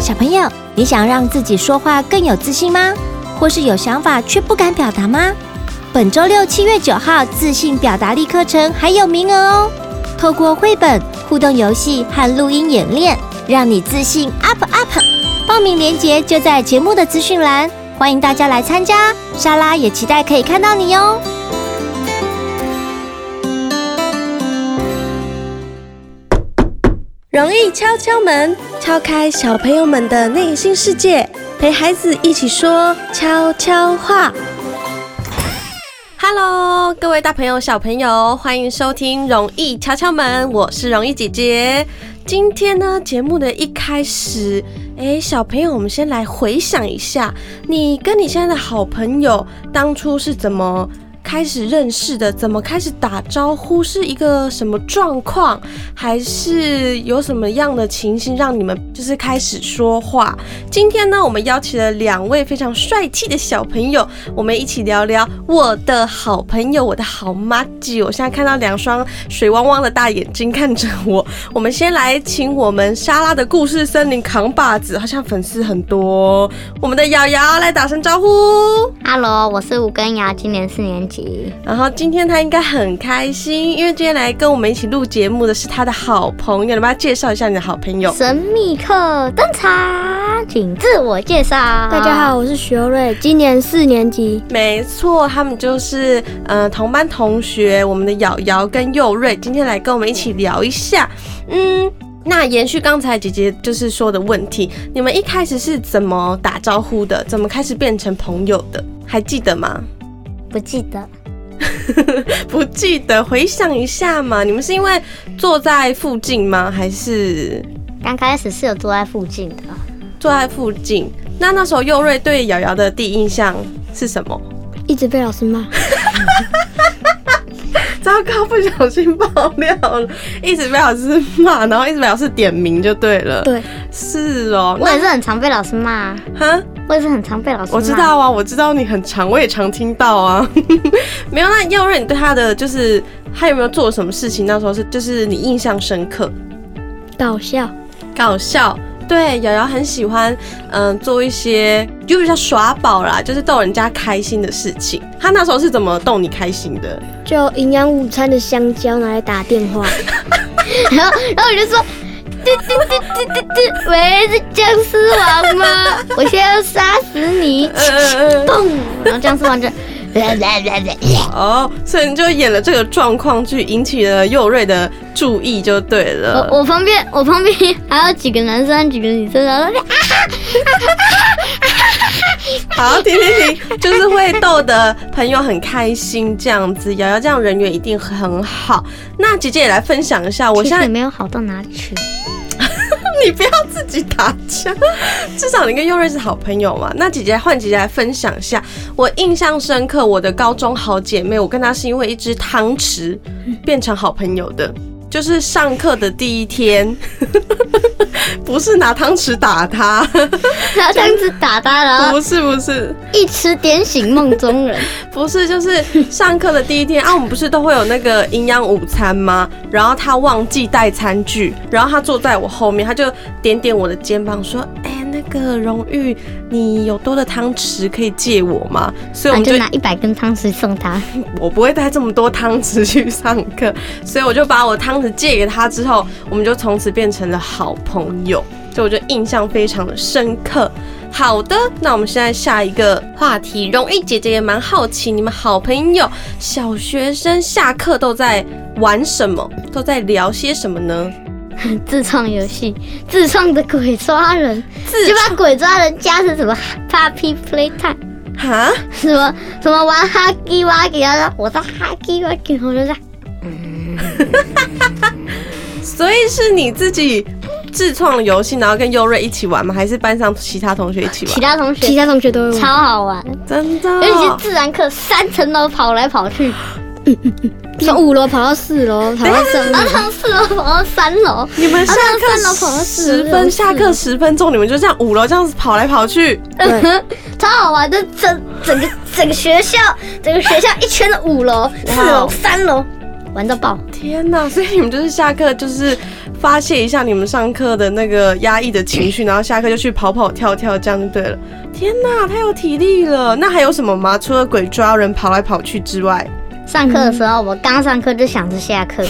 小朋友，你想让自己说话更有自信吗？或是有想法却不敢表达吗？本周六七月九号自信表达力课程还有名额哦！透过绘本、互动游戏和录音演练，让你自信 up up。报名链接就在节目的资讯栏，欢迎大家来参加。莎拉也期待可以看到你哦哟。容易敲敲门，敲开小朋友们的内心世界，陪孩子一起说悄悄话。Hello，各位大朋友、小朋友，欢迎收听《容易敲敲门》，我是容易姐姐。今天呢，节目的一开始，哎，小朋友，我们先来回想一下，你跟你现在的好朋友当初是怎么？开始认识的，怎么开始打招呼，是一个什么状况，还是有什么样的情形让你们就是开始说话？今天呢，我们邀请了两位非常帅气的小朋友，我们一起聊聊我的好朋友，我的好妈吉。我现在看到两双水汪汪的大眼睛看着我。我们先来请我们莎拉的故事森林扛把子，好像粉丝很多哦。我们的瑶瑶来打声招呼。 Hello，我是吴根瑶，今年四年级。然后今天他应该很开心，因为今天来跟我们一起录节目的是他的好朋友，你帮他介绍一下你的好朋友。神秘客登场，请自我介绍。大大家好，，我是徐欧瑞，今年四年级。没错，他们就是呃同班同学，我们的瑶瑶跟佑瑞，今天来跟我们一起聊一下。嗯，那延续刚才姐姐就是说的问题，你们一开始是怎么打招呼的？怎么开始变成朋友的？还记得吗？ 不记得，不记得，回想一下嘛。你们是因为坐在附近吗？还是刚开始是有坐在附近的，坐在附近。那那时候佑瑞对瑶瑶的第一印象是什么？一直被老师骂，糟糕，不小心爆料了，一直被老师骂，然后一直被老师点名就对了。，对，是哦。我也是很常被老师骂，那哈，我也是很常被老师骂。我知道啊，我知道你很常，我也常听到啊。 没有，那佑瑞，你对他的就是他有没有做什么事情？那时候是就是你印象深刻？搞笑，搞笑。对，瑶瑶很喜欢，嗯、做一些就比较耍宝啦，就是逗人家开心的事情。他那时候是怎么逗你开心 的？就营养午餐的香蕉拿来打电话，然后，然后我就说，嘟嘟嘟嘟嘟嘟，喂，是僵尸王吗？我现在要杀死你！呃，嘣，然后僵尸王就，来来来来，哦，所以你就演了这个状况剧，引起了佑瑞的注意就对了。哦我我旁边我旁边还有几个男生，几个女生，然后说好，停停停，就是会逗的朋友很开心这样子。瑶瑶这样人缘一定很好。那姐姐也来分享一下，我其现实在也没有好到哪里去。 你不要自己打架， 至少你跟佑瑞是好朋友嘛。那姐姐换姐姐来分享一下，我印象深刻，我的高中好姐妹，我跟她是因为一只汤匙变成好朋友的，就是上课的第一天， 不是拿汤匙打她，然后这样子打他，然后不是不是一吃点醒梦中人。不是，就是上课的第一天啊，我们不是都会有那个营养午餐吗？然后她忘记带餐具，然后她坐在我后面，她就点点我的肩膀说：“哎、那个荣玉，你有多的汤匙可以借我吗？”所以然我们就后啊你就拿一百根汤匙送他， 我不会带这么多汤匙去上课，所以我就把我汤匙借给他之后，我们就从此变成了好朋友，所以我就印象非常的深刻。好的，那我们现在下一个话题，容易姐姐也蛮好奇，你们好朋友小学生下课都在玩什么，都在聊些什么呢？自创游戏，自创的鬼抓人，自就把鬼抓人加成什么 Puppy Playtime，哈，什么什么玩哈基哇给他，我在哈基哇给，我就在所以是你自己自创的游戏，然后跟优瑞一起玩吗？还是班上其他同学一起玩其？他同其学他同学嗯都超会玩。好玩，真的哦，尤其是自然课，三层楼跑来跑去，从五楼跑到四楼，跑到三然后楼，从四啊楼跑到三楼，你们下啊那三楼跑课到四十楼分，下课十分钟，你们就这样五楼这样子跑来跑去，对 超好玩的，整整个整个学校，整个学校一圈的五楼、四哇哦楼、三楼，玩到爆。天哪！所以你们就是下课就是发泄一下你们上课的那个压抑的情绪，然后下课就去跑跑跳跳，这样就对了。天哪，太有体力了！那还有什么吗？除了鬼抓人跑来跑去之外，上课的时候，我刚上课就想着下课，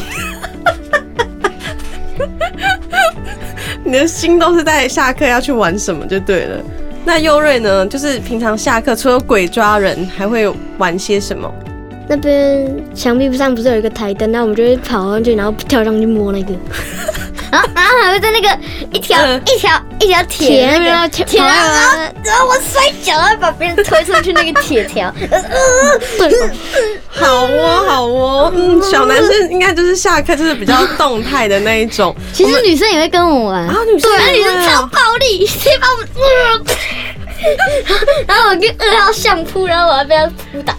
你的心都是在下课要去玩什么就对了。那优瑞呢？就是平常下课除了鬼抓人，还会玩些什么？那边墙壁上不是有一个台灯，那我们就会跑上去，然后跳上去 摸那个呃然后然后啊还会在那个一条嗯一条一条铁那那边，个然后跳铁，跑然上后然后我摔跤，然后把别人推出去那个铁 条。哎来对，好哦，好哦，嗯，小男生应该就是下课就是比较动态的那一种，其实女生也会跟我玩然，后女生对，也你会是哎超啊暴力，直接把我，嗯然后我跟二号相扑，然后我要被他扑倒。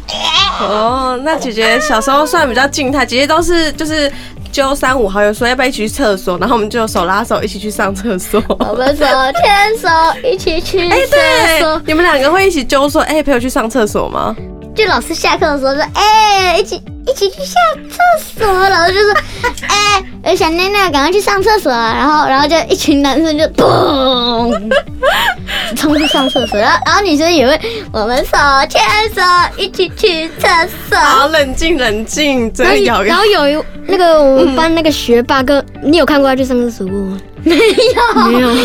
哦，那姐姐小时候算比较静态，姐姐都是就是揪三五好友说要不要一起去厕所，然后我们就手拉手一起去上厕所。我们 手牵手一起去 哎、厕所对，。你们两个会一起揪说，哎、陪我去上厕所吗？就老师下课的时候说，哎、一起一起去下厕所，老师就说， 哎、哎小妞妞赶快去上厕所，然后然后就一群男生就咚冲去上厕所，然后然后女生也会我们手牵手一起去厕所，好，冷静冷静，真然后的咬有人然。后有一那个我们班那个学霸跟你有看过他去上厕所过吗？没有，没有，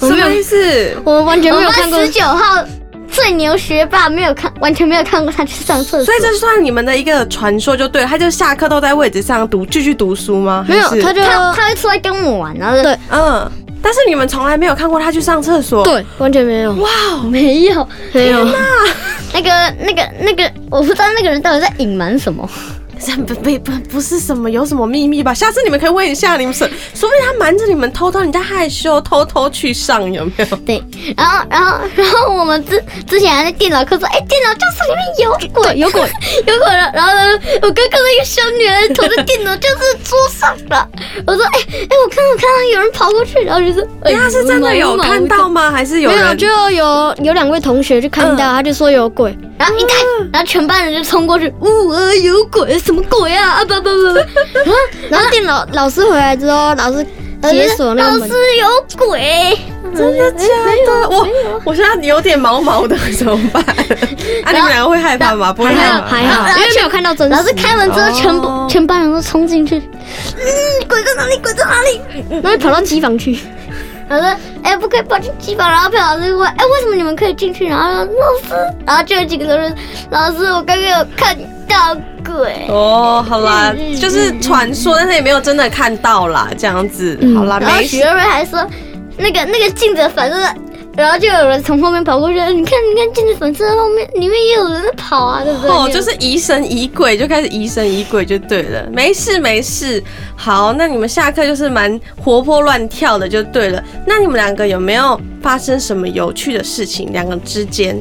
我什没么有，意思？我完全我没有们看过十。九号最牛学霸没有看，完全没有看过他去上厕所，所以这算你们的一个传说就对了，他就下课都在位置上读，继续读书吗？没有还是他就他他会出来跟我们玩，然后就对嗯，但是你们从来没有看过他去上厕所。，嗯对，完全没有，哇哦，没有 没有，那个那个那个，我不知道那个人到底在隐瞒什么。这 不不不不是什么有什么秘密吧？下次你们可以问一下，你们是说不定他瞒着你们，偷偷人家害羞，偷偷去上有没有？对，然后然后然后我们之之前还在电脑课说，哎，电脑教室里面有鬼，有鬼， 有鬼了。然后呢，我刚看到一个小女孩躲在电脑教室桌上了，我说，哎哎，我看到我看到有人跑过去，然后就说，哎，他是真的有看到吗？还是有没有，人？就有有两位同学去看到，他就说有鬼，然后一看，嗯然后全班人就冲过去，呜、呃，有鬼，什么鬼啊？啊不不 不不，然后电脑老师回来之后，老师解锁那个老门师。有鬼，真的假的？我我现在有点毛毛的， 怎么办？啊，你们两个会害怕吗？不会还害好怕。还好，因为没有看到真实。啊老师开门之后，全哦部全班人都冲进去，嗯，鬼在哪里？鬼在哪里？ 然后跑到机房去，老师，哎、不可以跑进机房。然后被老师问，哎、为什么你们可以进去？然后老师，然后就有几个同学，老师，我刚刚有看到鬼。哦，好嗯啦，就是传说，但是也没有真的看到啦，这样子。嗯好啦，然后没许事。瑞瑞还说，那个那个镜子反射的，然后就有人从后面跑过去，你看你看镜子反射的后面，里面也有人在跑啊，对不对？哦，就是疑神疑鬼，就开始疑神疑鬼就对了，没事没事。好，那你们下课就是蛮活泼乱跳的就对了。那你们两个有没有发生什么有趣的事情？两个之间，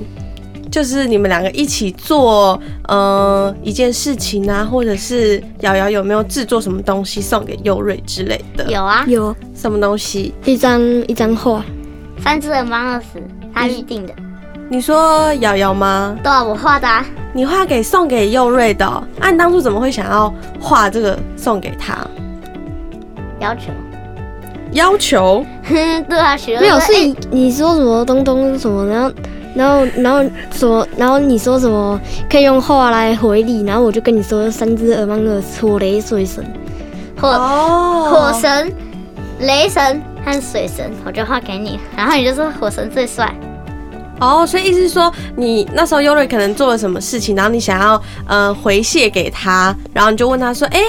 就是你们两个一起做呃一件事情啊，或者是瑶瑶有没有制作什么东西送给佑瑞之类的？有啊，有什么东西？一张一张画，三只人帮二十，他预定的，你说瑶瑶吗？对啊，我画的啊。你画给送给佑瑞的、哦，按、你当初怎么会想要画这个送给他？要求， 要求哼，对啊，许瑞没有是哎你你说什么东东什么，然后然后然后什么，然后你说什么可以用画来回礼，然后我就跟你说三只耳曼的火雷水神，火哦火神、雷神和水神，我就画给你，然后你就说火神最帅，哦，所以意思是说，你那时候优瑞可能做了什么事情，然后你想要呃回谢给他，然后你就问他说，哎、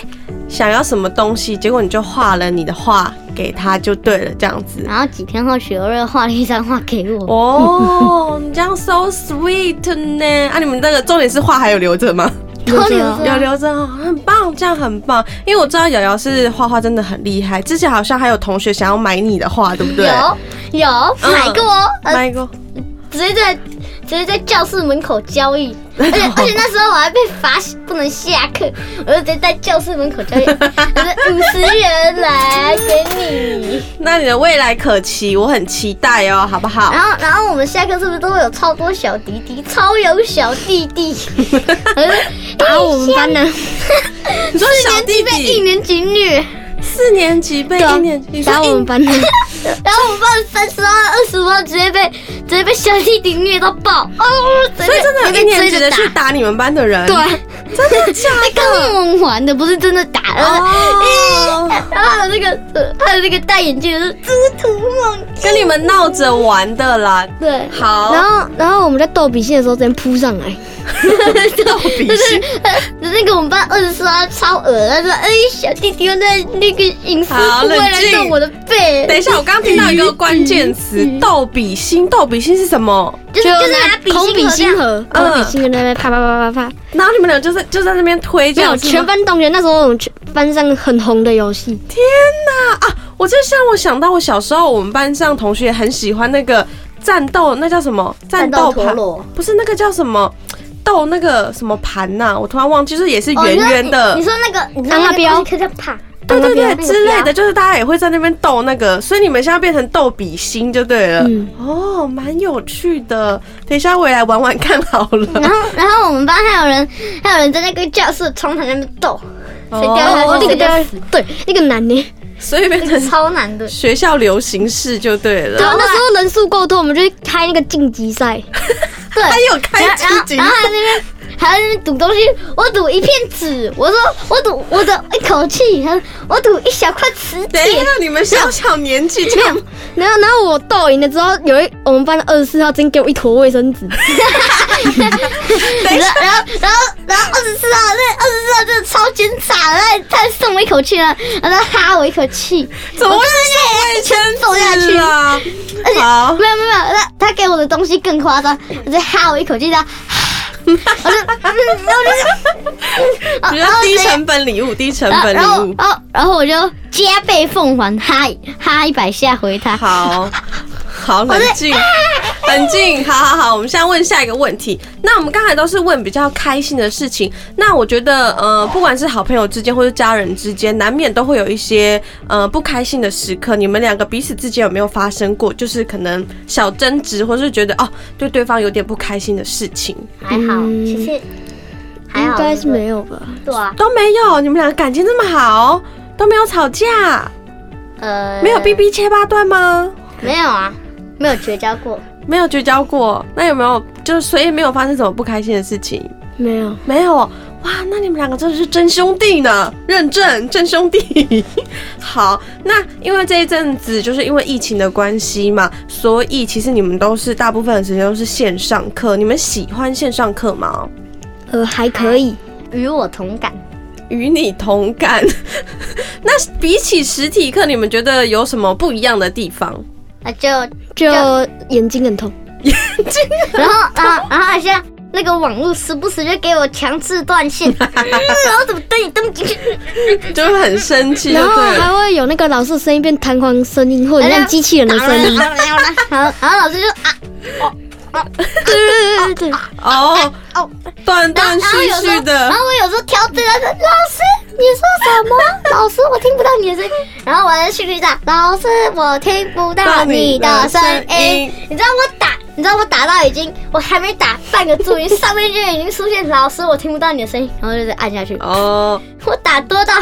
想要什么东西？结果你就画了你的画给他就对了，这样子。然后几天后许优瑞画了一张画给我，哦，你这样 so sweet 呢？啊，你们那个重点是画还有留着吗？都 留着有有啊，留着哦，很棒，这样很棒。因为我知道瑶瑶是画画真的很厉害，之前好像还有同学想要买你的画，对不对？有有嗯买过哦，呃，买过。直接在直接在教室门口交 易，而且而且那时候我还被罚不能下课，我就直接在教室门 口交易，我说五十元来给你。那你的未来可期，我很期待哦，好不好然？后然后我们下课是不是都会有超多小弟弟，超有小弟 弟，我就打我们班呢？你说四小年弟级被一弟年级虐。四年级被一年级，你说打我一们班 呢？然后我爸三十二、二十万直接被直接被小弟弟虐到爆哦，直接所以真的直有接一年追级着的打去打你们班的人，对，，真的假跟的？我们玩的不是真的打，然后哦，然后还有那个呃还有那个戴眼镜的是猪图梦，跟你们闹着玩的啦。对，好，然后，然后我们在斗比心的时候，直接扑上来。逗比心。那个我们班二十四号超恶，他说哎小弟弟又在那个隐私好部位冷来静动我的等背，一下，我刚刚听到一个关键词“逗比心”，逗比心是什么？就是就是拿那笔孔比芯心盒嗯盒，嗯孔比心跟那边啪啪啪啪啪。然后你们俩就是就在那边推这没有，样子吗，全班同学那时候我们全班上很红的游戏，天哪啊！我就像我想到我小时候，我们班上同学很喜欢那个战斗，那叫什么？战斗陀盘？螺。不是那个叫什么？斗那个什么盘呐、我突然忘记，就是也是圆圆的，哦你说你你说那个，你知道当那啊那个标东西可以这样啪，对对对那个之类标的，就是大家也会在那边斗那个，所以你们现在变成斗比心就对了。嗯哦，蛮有趣的，等一下我也来玩玩看好 了。然后，然后我们班还有人，还有人在那个教室的窗台那边斗，谁掉下哦去谁那个就叫死，对那个男的，所以变那个成超难的。学校流行事就对了。哦然后那时候人数够多，我们就去开那个晋级赛，对，还有开然后然机后级然后还在那边还在那边赌东西，我赌一片纸，我说我赌我的一口气，他说我赌一小块磁等一铁下，，你们小小年纪就没有，然后然后我斗赢了之后，有一我们班的二十四号真给我一坨卫生纸，等一下，然后然后然后二十四号那二十四号真的超奸诈，他他送我一口气了，然后他哈我一口气，怎么会是送卫生纸啊？好，没有没有没有，他他给我的东西更夸张，我就哈我一口气，他。我就，嗯然后我就，比然后较低谁成本礼物，低成呃本然后然礼后物。然后然后我就加倍奉还，哈哈一百下回他。好，好冷静，冷静，好好好，我们现在问下一个问题。那我们刚才都是问比较开心的事情，那我觉得，呃，不管是好朋友之间或是家人之间，难免都会有一些呃不开心的时刻。你们两个彼此之间有没有呃发生过，就是可能小争执，或是觉得哦对对方有点不开心的事情？还好，嗯其实 还应好，该是没有吧？对啊，都没有，你们两个感情这么好，都没有吵架，呃，没有逼，逼切八段吗？没有啊，没有绝交过，没有绝交过，那有没有就是所以没有发生什么不开心的事情？没有，没有哦哇，那你们两个真的是真兄弟呢，认证真兄弟。好，那因为这一阵子就是因为疫情的关系嘛，所以其实你们都是大部分的时间都是线上课。你们喜欢线上课吗？呃，还可以，与我同感。与你同感。那比起实体课，你们觉得有什么不一样的地方？啊，就就眼睛很痛。然后然后然后好像那个网络时不时就给我强制断线，嗯然后怎么登也登不进去，就会很生气，对然不后对？还会有那个老师的声音变弹簧声音，哎或者像机器人的声音。然后然后老师就啊，对对对对哦哦，断然后断续然后有时续候然的，后我有时候调整，他说老师你说什么？老师我听不到你的声音。然后我在训练上，老师我听不到你的声音。你知道我打，你知道我打到已经，我还没打半个注音，上面就已经出现老师我听不到你的声音，然后就是按下去。哦，我打多到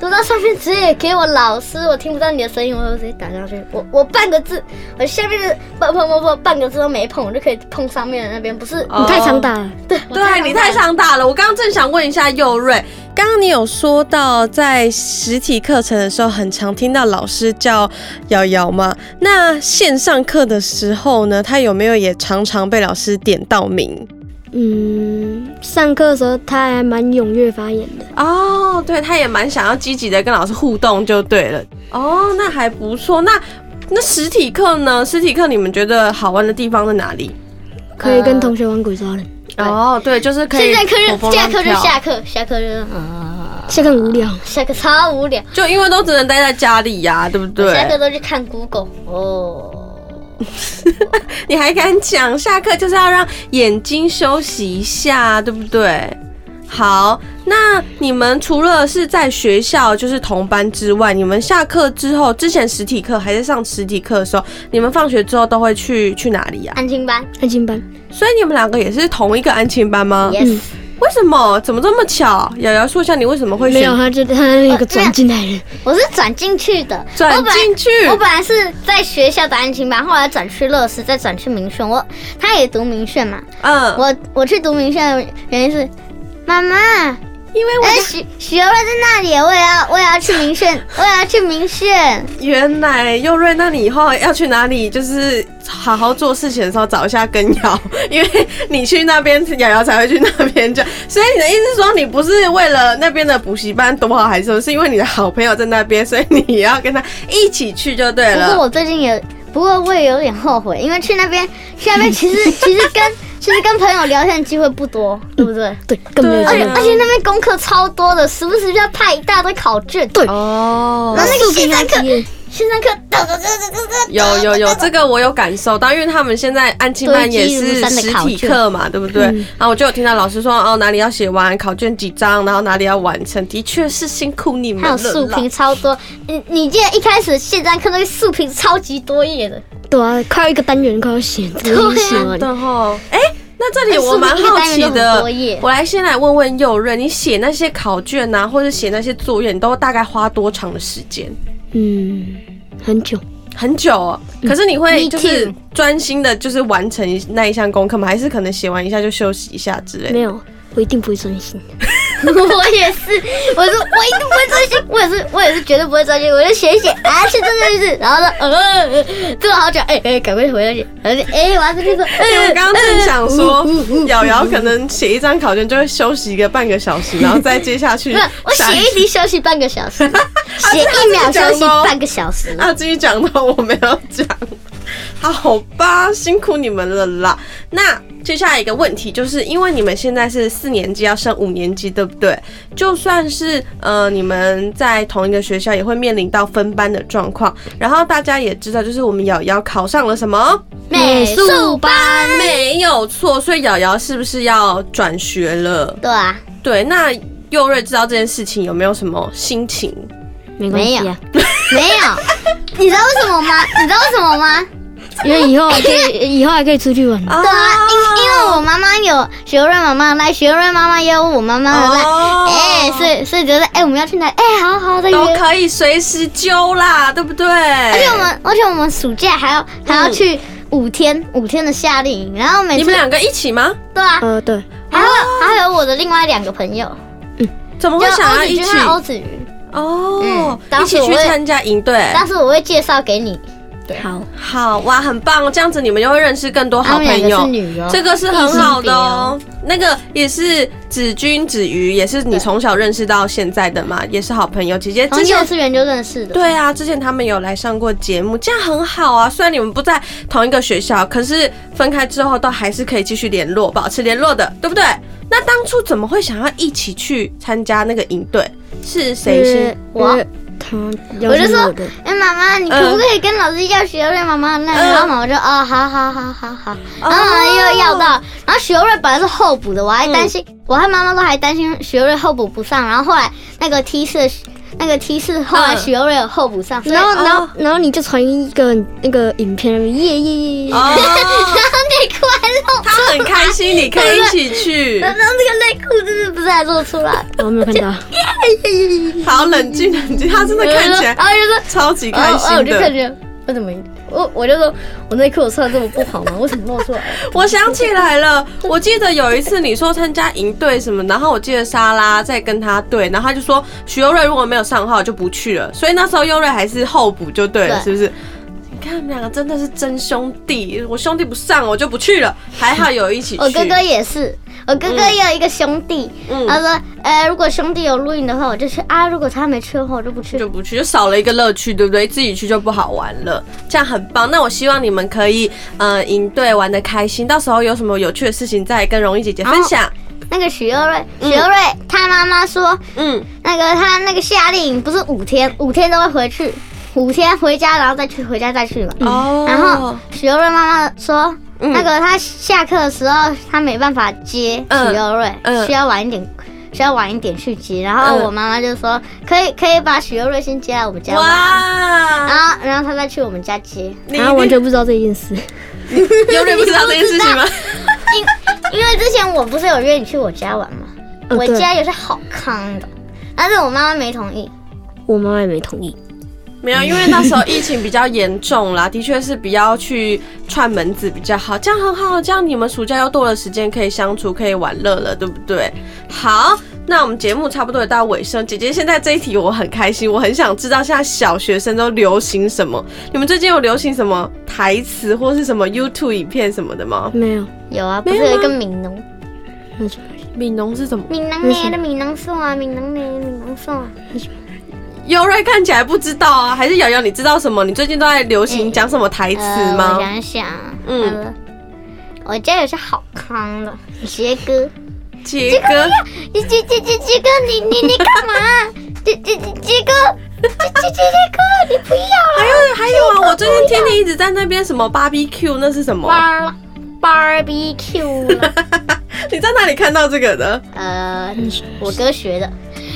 多到上面直接也给我老师我听不到你的声音，我就直接打上去。我我半个字，我下面的碰碰碰碰半个字都没碰，我就可以碰上面的那边，不是？哦你太常打了，对，我对你太上。想打了。我刚刚正想问一下佑瑞，刚刚你有说到在实体课程的时候，很常听到老师叫瑶瑶嘛？那线上课的时候呢，他有没有也常常被老师点到名？嗯，上课的时候他还蛮踊跃发言的。哦，对，他也蛮想要积极的跟老师互动就对了。哦，那还不错。那那实体课呢？实体课你们觉得好玩的地方在哪里？可以跟同学玩鬼抓人，对哦，对，就是可以现在课活蹦就下乱课就跳下课，下课就啊，下课很无聊。下课超无聊，就因为都只能待在家里呀、对不对？下课都去看 Google 哦。你还敢讲？下课就是要让眼睛休息一下，对不对？好，那你们除了是在学校就是同班之外，你们下课之后，之前实体课还在上实体课的时候，你们放学之后都会去去哪里呀、安亲班安亲班，所以你们两个也是同一个安亲班吗？ ，yes，为什么？怎么这么巧？瑶瑶说一下，你为什么会没选有他就他那个转进来 了，我是转进去的，转我本来进去？我本来是在学校的安亲班，后来转去乐师，再转去明炫。我他也读明炫嘛，嗯，我我去读明炫的原因是，妈妈，因为我哎，许许柔瑞在那里，我也要我也要去 明炫，我也要去明炫。原来佑瑞，那你以后要去哪里？就是好好做事情的时候找一下根瑶，因为你去那边，瑶瑶才会去那边就。所以你的意思是说，你不是为了那边的补习班多好，还是是因为你的好朋友在那边，所以你也要跟他一起去就对不过了。我最近也，不过我也有点后悔，因为去那边去那边 其实其实跟其实跟朋友聊天机会不多，对不对？对，更没有对啊而这且样。而且那边功课超多的，时不时就要派一大堆考卷。对，哦然后那个线上课，线上课，哒哒哒哒哒哒有有有，这个我有感受到，因为他们现在安亲班也是实体课嘛，对不对？嗯然后我就有听到老师说，哦，哪里要写完考卷几张，然后哪里要完成，的确是辛苦你们还了有啦。竖屏超多，你你记得一开始线上课那个竖屏超级多页的，对啊，快要一个单元快要写，直对啊接写完。然后，哎、那这里我蛮好奇是不是一个单元都很的多页，我来先来问问佑任，你写那些考卷啊，或者写那些作业，你都大概花多长的时间？嗯，很久。很久、哦，嗯可是你会 Me 就是 too 专心的，就是完成那一项功课吗？还是可能写完一下就休息一下之类的？没有，我一定不会专心。 我也是，我说我一定不会专心，我也是我也是绝对不会专心，我就写一写啊，写这这这，然后呢，呃，这个好久，哎哎，赶快回来写，然后就哎，我要这个，因为哎我刚刚正想嗯说，瑶瑶可能写一张考卷就会休息个半个小时，然后再接下 去没有，我写下一一题休息半个小 时，写一秒休息半啊个小时。啊，继续讲到我没有讲。好吧，辛苦你们了啦。那接下来一个问题，就是因为你们现在是四年级要升五年级，对不对？就算是呃你们在同一个学校，也会面临到分班的状况。然后大家也知道，就是我们瑶瑶考上了什么？美术班，哎没有错，所以瑶瑶是不是要转学了？对啊，对，那佑瑞知道这件事情有没有什么心情？没关系啊，没有，你知道为什么吗？你知道为什么吗？因为以后还可以，以后还可以出去玩。啊对啊，因因为我妈妈有学瑞妈妈来，学瑞妈妈也有我妈妈的来，哦哎、所以所以觉得哎、我们要去哪里？哎、好好的约。都可以随时揪啦，对不对？而而且我们而且我们暑假还要还要去五天五天的夏令营，然后每嗯你次们两个一起吗？对啊，呃，对，还有还有我的另外两个朋友，怎么就会想欧要子一君起？和欧子瑜，哦嗯，当一时起我去会参加营队。但是我会介绍给你，好，好哇，很棒哦！这样子你们又会认识更多他好们两朋个友是。女的哦，这个是很好的哦，那个也是子君子瑜，也是你从小认识到现在的嘛，也是好朋友。姐姐从之前幼稚园就认识的，对啊，之前他们有来上过节目，这样很好啊。虽然你们不在同一个学校，可是分开之后都还是可以继续联络，保持联络的，对不对？那当初怎么会想要一起去参加那个营队？是谁先？我呃他我邀就请说我的，哎、妈妈，你可不可以跟老师要学瑞妈妈那？嗯然后妈妈就哦，好好好好好，然后妈妈哦又要到，然后学瑞本来是候补的，我还担嗯心，我和妈妈都还担心学瑞候补不上，然后后来那个 T 四那个 T 四后来嗯学瑞有候补上，所以然后哦然后然后你就传一个那个影片，耶耶耶耶，哦，然后内裤还 露，他很开心，你可以一起 去。然后这个内裤真的不是还露出来， 我没有看到，好，冷静冷静，他真的看起来然后 就说，超级然开后然后哦我心就感的。觉我怎么我我就说我内裤有穿得这么不好吗？为什么啊露出来？ 我想起来了，我记得有一次你说参加营队什么，然后我记得莎拉在跟他对，然后他就说许优瑞如果没有上的话，我就不去了。所以那时候优瑞还是候补就对了，对是不是？你看你们两个真的是真兄弟，我兄弟不上我就不去了，还好有一起去。 我哥哥也是，我哥哥也有一个兄弟，嗯他说，呃，如果兄弟有录影的话，我就去啊；如果他没去的话，我就不去。就不去，就少了一个乐趣，对不对？自己去就不好玩了，这样很棒。那我希望你们可以呃营队玩的开心，到时候有什么有趣的事情再跟容易姐姐分享。那个许优瑞，许优瑞他妈妈说，嗯，那个他那个夏令营不是五天，五天都会回去，五天回家，然后再去回家再去嘛。哦，嗯然后许攸瑞妈妈说，嗯那个她下课的时候她没办法接嗯许攸瑞，嗯需要晚一点，需要晚一点去接。然后嗯我妈妈就说，可以可以把许攸瑞先接来我们家玩，然哇，后然后她再去我们家接，你然后完全不知道这件事。有点不知道这件事情吗？因因为之前我不是有约你去我家玩吗？哦我对家也是好康的，但是我妈妈没同意。我妈妈也没同意。没有，因为那时候疫情比较严重啦， 的确是比较去串门子比较好，这样很好，啊这样你们暑假又多了时间可以相处，可以玩乐了，对不对？好，那我们节目差不多也到尾声，姐姐现在这一题我很开心，我很想知道现在小学生都流行什么，你们最近有流行什么台词或是什么 YouTube 影片什么的吗？没有，有啊，不没是有吗有一个悯农，那什么悯农是什么？悯农年的悯农树啊，悯农年的悯农树啊。优瑞看起来不知道啊，还是瑶瑶你知道什么？你最近都在流行讲什么台词呃，吗？我想想，嗯嗯，我家也是好康的，杰哥，杰哥，杰杰杰杰杰哥，你你你干嘛？ 杰杰杰杰哥，杰杰杰杰哥，你不要还了，有还有啊，我最近天天一直在那边什么 barbecue，那是什么？巴 barbecue 了，你在哪里看到这个的？呃，我哥学的，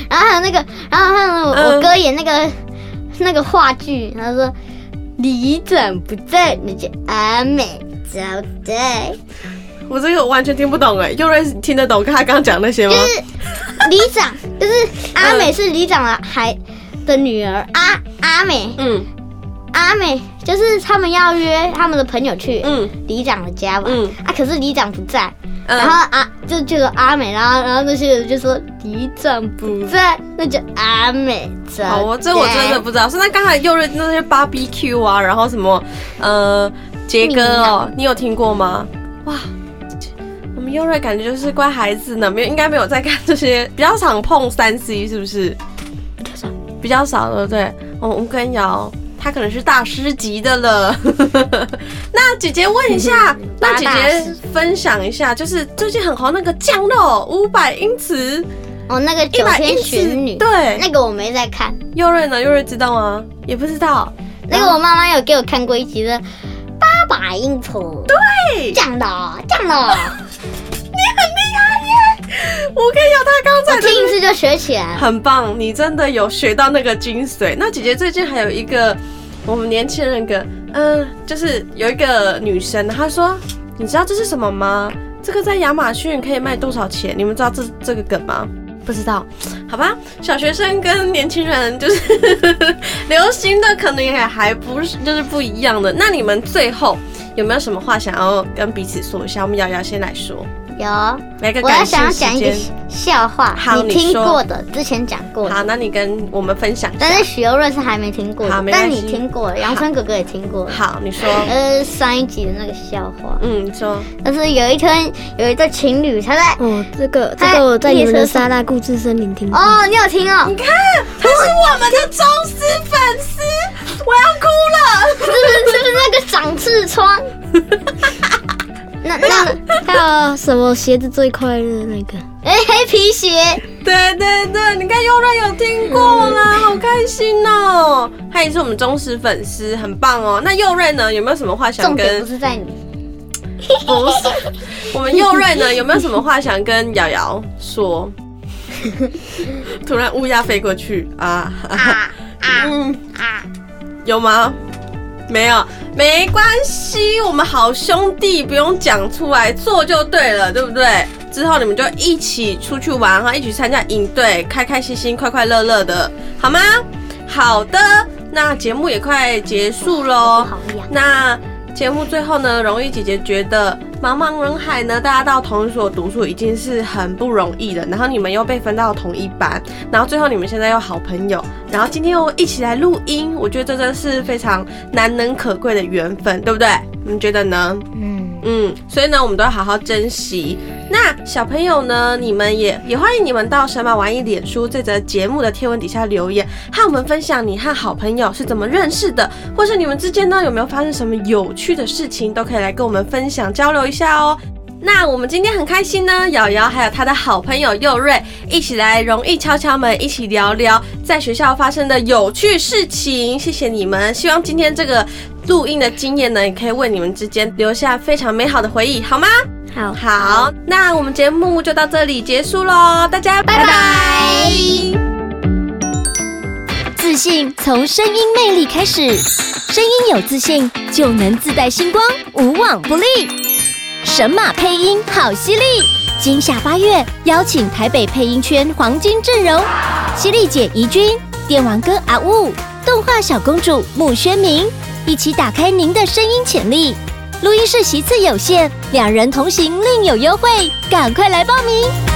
然后还有那个，然后还有那个我嗯我哥演那个那个话剧，他说里长不在，你啊就阿美交代。我这个完全听不懂哎，幼瑞听得懂他刚讲那些吗？里长，就是阿美是里长的孩的女儿，阿阿美，嗯阿美就是他们要约他们的朋友去嗯里长的家玩，嗯啊，可是里长不在，然嗯，后啊就就有阿美，然后然后那些人就说里长不在，那就阿美在。啊好，哦我这我真的不知道。是那刚才幼瑞那些 barbecue 啊，然后什么呃杰哥哦，你有听过吗？哇。我们优瑞感觉就是乖孩子呢，没有应该没有在看这些，比较常碰三 C 是不是？比较少，对不对？哦，吴根瑶，他可能是大师级的了。 那姐姐问一 下，那姐姐分享一下，就是最近很红那个酱肉五百英尺，哦，那个一九百英尺天玄女，，对，那个我没在看，优瑞呢？优瑞知道吗？也不知道。那个我妈妈有给我看过一集的八百英尺，对，降了降 了，我跟瑶，他刚才我听一次就学起来了。很棒，你真的有学到那个精髓。那姐姐最近还有一个我们年轻人个，嗯、就是有一个女生，她说：“你知道这是什么吗？这个在亚马逊可以卖多少钱？你们知道这这个梗吗？”不知道，好吧，小学生跟年轻人就是 流行的可能也还不是，就是不一样的。那你们最后有没有什么话想要跟彼此说一下？我们瑶瑶先来说，有，来 个我要感谢想要时讲一个间。笑话好，你你听说过的，之前讲过的，好，那你跟我们分享一下。但是许攸润是还没听过好的没，关但系你听过了，杨春哥哥也听过了。好，你说，呃，上一集的那个笑话，嗯，你说，就是有一天有一对情侣，他在嗯哦，这个这哎个我在你们列的车上沙拉故事森林听过。哦，你有听哦？ 看，他是我们的忠实粉丝，我要哭是了。不是是不是那个 长痔疮？那那还有什么鞋子最快乐的那个？哎黑皮鞋，对对对，你看悠然有听过啦，好开心哦！他也是我们忠实粉丝，很棒哦。那佑瑞呢，有没有什么话想重点跟不？是在你，不是，我们佑瑞呢，有没有什么话想跟瑶瑶 说？突然乌鸦飞过去啊！啊啊嗯，啊！有吗？没有，没关系，我们好兄弟不用讲出来，做就对了，对不对？之后你们就一起出去玩哈，一起参加营队，开开心心、快快乐乐的，好吗？好的，那节目也快结束喽。好痒，那节目最后呢，容易姐姐觉得茫茫人海呢，大家到同一所读书已经是很不容易了，然后你们又被分到同一班，然后最后你们现在又好朋友，然后今天又一起来录音，我觉得这真是非常难能可贵的缘分，对不对？你们觉得呢？嗯，嗯，所以呢，我们都要好好珍惜。那小朋友呢，你们也也欢迎你们到神马玩意脸书这则节目的贴文底下留言，和我们分享你和好朋友是怎么认识的，或是你们之间呢有没有发生什么有趣的事情，都可以来跟我们分享交流一下哦。那我们今天很开心呢，瑶瑶还有她的好朋友佑瑞一起来容易敲敲门，一起聊聊在学校发生的有趣事情。谢谢你们，希望今天这个录音的经验呢，也可以为你们之间留下非常美好的回忆，好吗？好好，那我们节目就到这里结束喽，大家拜拜自信从声音魅力开始，声音有自信就能自带星光，无往不利。神马配音好犀利！今夏八月邀请台北配音圈黄金阵容，犀利姐怡君、电玩哥阿雾、动画小公主穆宣明，一起打开您的声音潜力。录音室席次有限，两人同行另有优惠，赶快来报名！